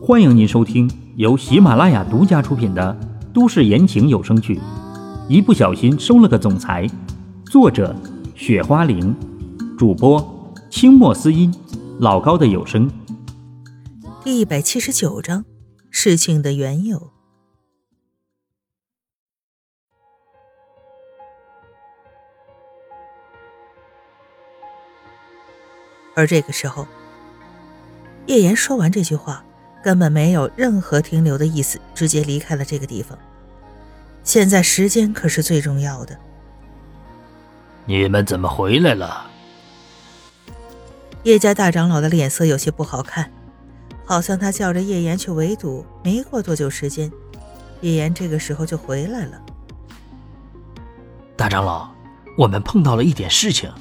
欢迎您收听由喜马拉雅独家出品的都市言情有声剧《一不小心收了个总裁》，作者：雪花玲，主播：清墨思音，老高的有声。一百七十九章，事情的缘由。而这个时候，叶岩说完这句话，根本没有任何停留的意思，直接离开了这个地方。现在时间可是最重要的。你们怎么回来了？叶家大长老的脸色有些不好看，好像他叫着叶岩去围堵。没过多久时间，叶岩这个时候就回来了。大长老，我们碰到了一点事情。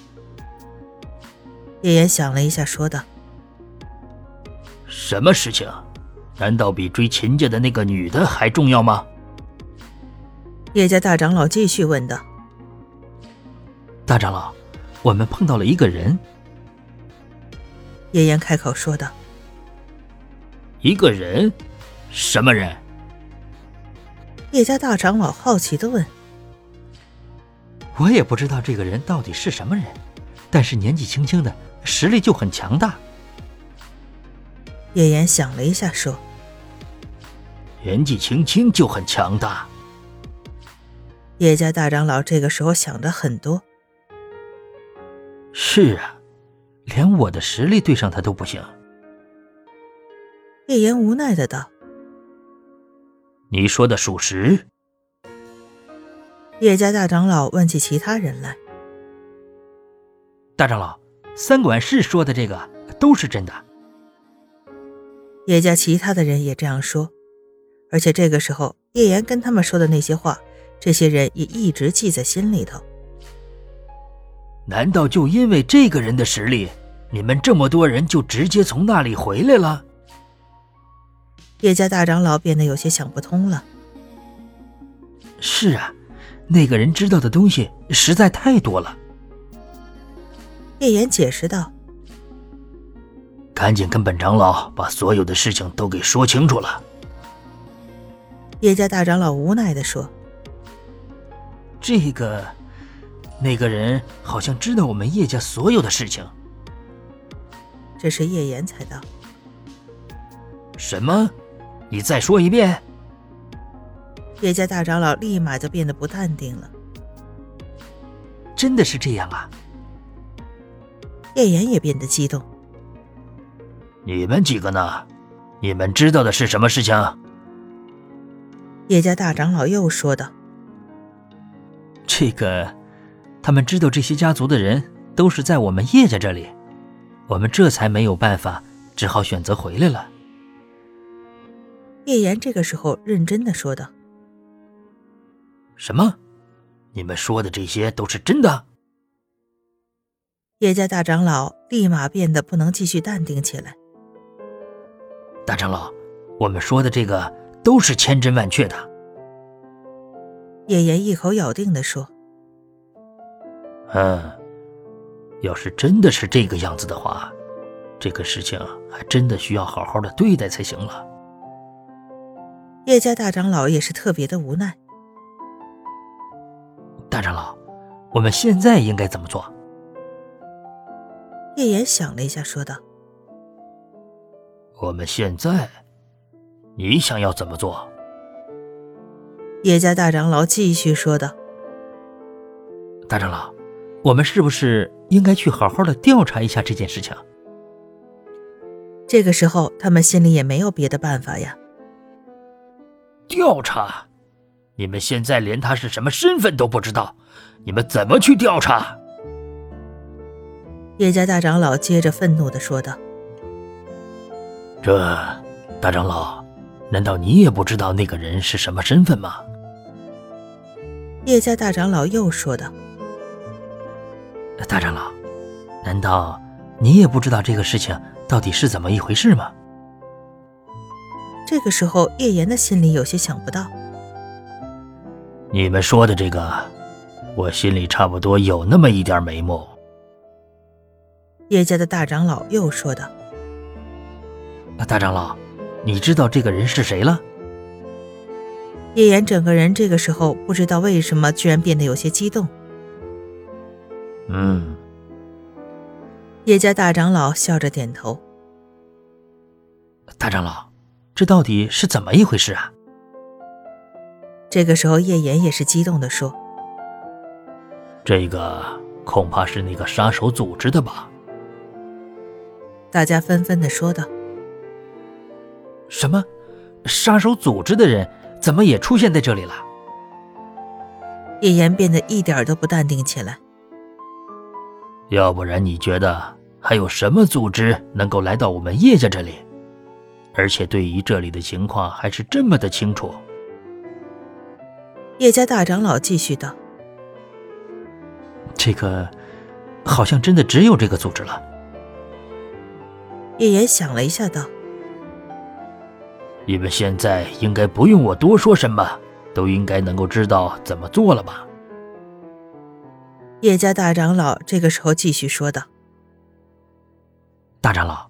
叶岩想了一下，说道什么事情？难道比追秦家的那个女的还重要吗？：“叶家大长老继续问道。大长老，我们碰到了一个人，”叶岩开口说道一个人，什么人？：“叶家大长老好奇的问。我也不知道这个人到底是什么人，但是年纪轻轻的，实力就很强大。”叶岩想了一下，说年纪轻轻就很强大，：“叶家大长老这个时候想着很多。”是啊，连我的实力对上他都不行。叶岩无奈的道。你说的属实？叶家大长老问起其他人来，大长老，三管事说的这个都是真的。叶家其他的人也这样说。而且这个时候，叶岩跟他们说的那些话，这些人也一直记在心里头。难道就因为这个人的实力，你们这么多人就直接从那里回来了？叶家大长老变得有些想不通了。是啊，那个人知道的东西实在太多了，叶岩解释道赶紧跟本长老把所有的事情都给说清楚了。：“叶家大长老无奈地说，这个，那个人好像知道我们叶家所有的事情。这时叶岩才道。什么？你再说一遍？叶家大长老立马就变得不淡定了。真的是这样啊？叶岩也变得激动。你们几个呢？你们知道的是什么事情？叶家大长老又说道这个，他们知道这些家族的人都是在我们叶家这里，我们这才没有办法，只好选择回来了。：“叶岩这个时候认真的说道。什么？你们说的这些都是真的？”叶家大长老立马变得不能继续淡定起来。大长老，我们说的这个都是千真万确的。叶岩一口咬定地说嗯，要是真的是这个样子的话，这个事情还真的需要好好的对待才行了。：“叶家大长老也是特别的无奈。大长老，我们现在应该怎么做？”叶岩想了一下，说道我们现在，你想要怎么做？：“叶家大长老继续说道。大长老，我们是不是应该去好好的调查一下这件事情？”这个时候，他们心里也没有别的办法呀。调查？你们现在连他是什么身份都不知道，你们怎么去调查？叶家大长老接着愤怒地说道这，大长老，难道你也不知道那个人是什么身份吗？：“叶家大长老又说道。大长老，难道你也不知道这个事情到底是怎么一回事吗？”这个时候，叶岩的心里有些想不到。你们说的这个，我心里差不多有那么一点眉目。叶家的大长老又说道大长老，你知道这个人是谁了？叶岩整个人这个时候不知道为什么居然变得有些激动。嗯，叶家大长老笑着点头。大长老，这到底是怎么一回事啊？这个时候，叶岩也是激动地说这个恐怕是那个杀手组织的吧？：“大家纷纷地说道。什么？杀手组织的人怎么也出现在这里了？”叶岩变得一点儿都不淡定起来。要不然你觉得还有什么组织能够来到我们叶家这里？而且对于这里的情况还是这么的清楚。叶家大长老继续道这个好像真的只有这个组织了。：“叶岩想了一下，道：你们现在应该不用我多说什么，都应该能够知道怎么做了吧？叶家大长老这个时候继续说道。大长老，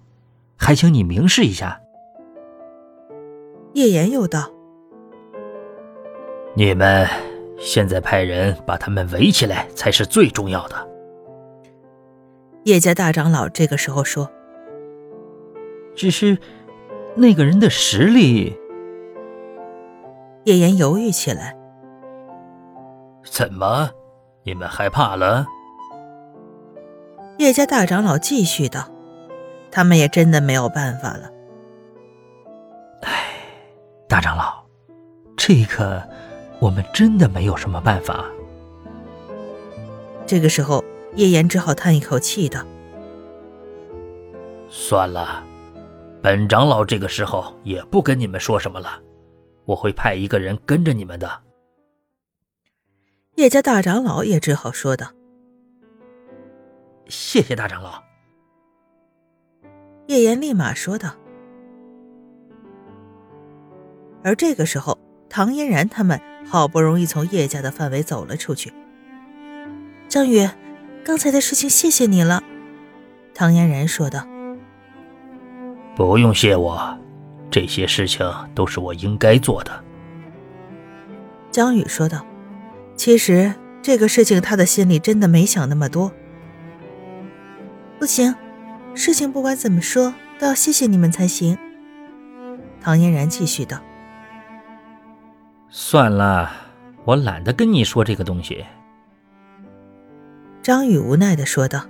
还请你明示一下，叶岩又道你们现在派人把他们围起来才是最重要的。：‘叶家大长老这个时候说，只是那个人的实力叶岩犹豫起来。怎么？你们害怕了？’叶家大长老继续道：‘他们也真的没有办法了。’大长老，这个我们真的没有什么办法。这个时候，叶岩只好叹一口气道算了，本长老这个时候也不跟你们说什么了，我会派一个人跟着你们的。：‘叶家大长老也只好说道。谢谢大长老。’叶岩立马说道。而这个时候，唐嫣然他们好不容易从叶家的范围走了出去。张宇，刚才的事情谢谢你了。”唐嫣然说道。不用谢我，这些事情都是我应该做的。张宇说道：“其实这个事情他的心里真的没想那么多。不行，事情不管怎么说都要谢谢你们才行。”唐嫣然继续道算了，我懒得跟你说这个东西。：“张宇无奈的说道，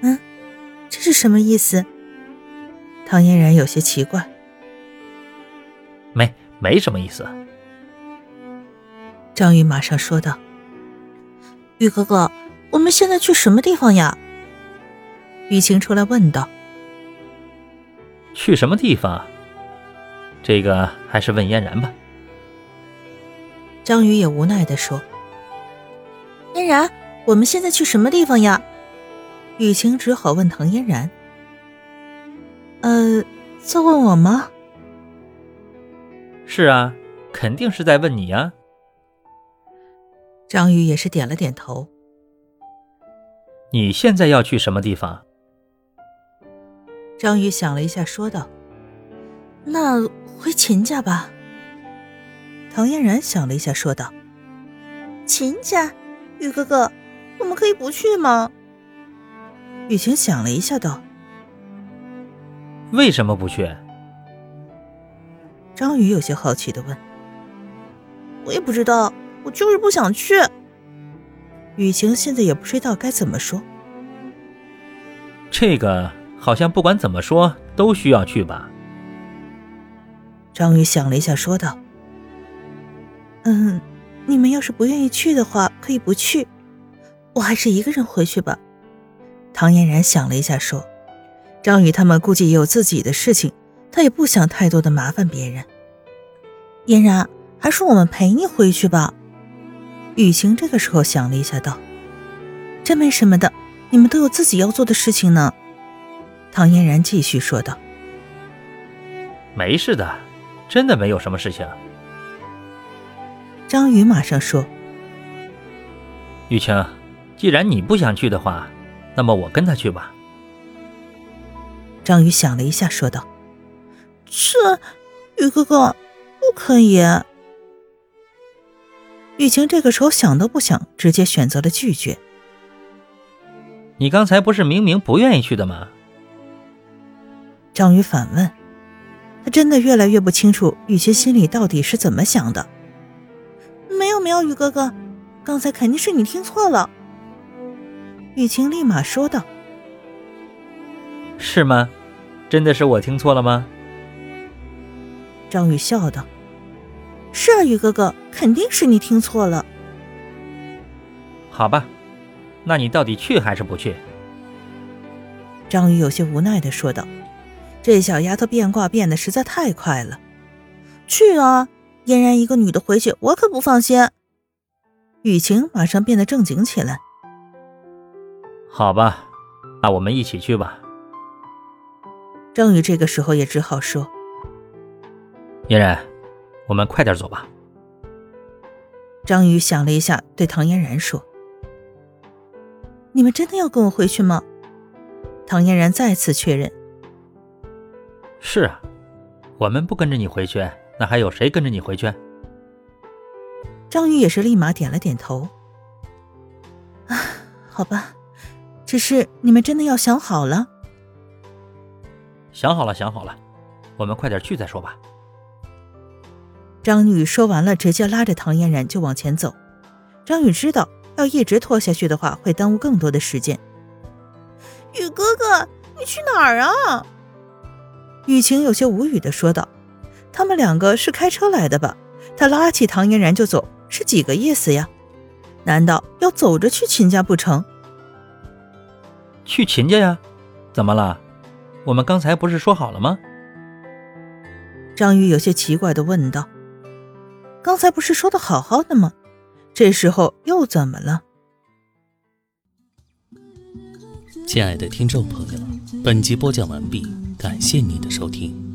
嗯，这是什么意思？”唐嫣然有些奇怪。没没什么意思。张宇马上说道：“宇哥哥，我们现在去什么地方呀？”雨晴出来问道。去什么地方？啊这个还是问嫣然吧。张宇也无奈地说：“嫣然，我们现在去什么地方呀？”雨晴只好问唐嫣然：“呃，在问我吗是啊，肯定是在问你啊。？”张宇也是点了点头。你现在要去什么地方？张宇想了一下，说道：“那回秦家吧。”唐嫣然想了一下，说道：“秦家，宇哥哥，我们可以不去吗？”雨晴想了一下，道为什么不去？：“张宇有些好奇的问。”我也不知道，我就是不想去。雨晴现在也不知道该怎么说。这个好像不管怎么说都需要去吧。张宇想了一下，说道：“嗯，你们要是不愿意去的话，可以不去，我还是一个人回去吧。”唐嫣然想了一下，说：“张宇他们估计也有自己的事情，他也不想太多的麻烦别人。嫣然，还是我们陪你回去吧。”雨晴这个时候想了一下，道：“这没什么的，你们都有自己要做的事情呢。”唐嫣然继续说道。没事的，真的没有什么事情。张宇马上说。玉清，既然你不想去的话，那么我跟他去吧。张宇想了一下，说道：“这，雨哥哥不可以。雨晴这个时候想都不想，直接选择了拒绝。你刚才不是明明不愿意去的吗？张宇反问，他真的越来越不清楚雨晴心里到底是怎么想的。没有没有，雨哥哥，刚才肯定是你听错了。雨晴立马说道。是吗？真的是我听错了吗？张宇笑道：“是啊，宇哥哥，肯定是你听错了。好吧，那你到底去还是不去？”张宇有些无奈的说道：“这小丫头变卦变得实在太快了。”“去啊，嫣然一个女的回去，我可不放心。”雨晴马上变得正经起来。 “好吧，那我们一起去吧。”张宇这个时候也只好说：“嫣然，我们快点走吧。”张宇想了一下，对唐嫣然说：“你们真的要跟我回去吗？”唐嫣然再次确认：“是啊，我们不跟着你回去，那还有谁跟着你回去？”张宇也是立马点了点头：“啊，好吧，只是你们真的要想好了。”想好了，想好了，我们快点去再说吧。张宇说完了，直接拉着唐嫣然就往前走。张宇知道，要一直拖下去的话，会耽误更多的时间。宇哥哥，你去哪儿啊？雨晴有些无语的说道：“他们两个是开车来的吧？他拉起唐嫣然就走，是几个意思呀？难道要走着去秦家不成？”去秦家呀？怎么了？我们刚才不是说好了吗？张宇有些奇怪的问道：“刚才不是说的好好的吗？这时候又怎么了？”亲爱的听众朋友，本集播讲完毕，感谢您的收听。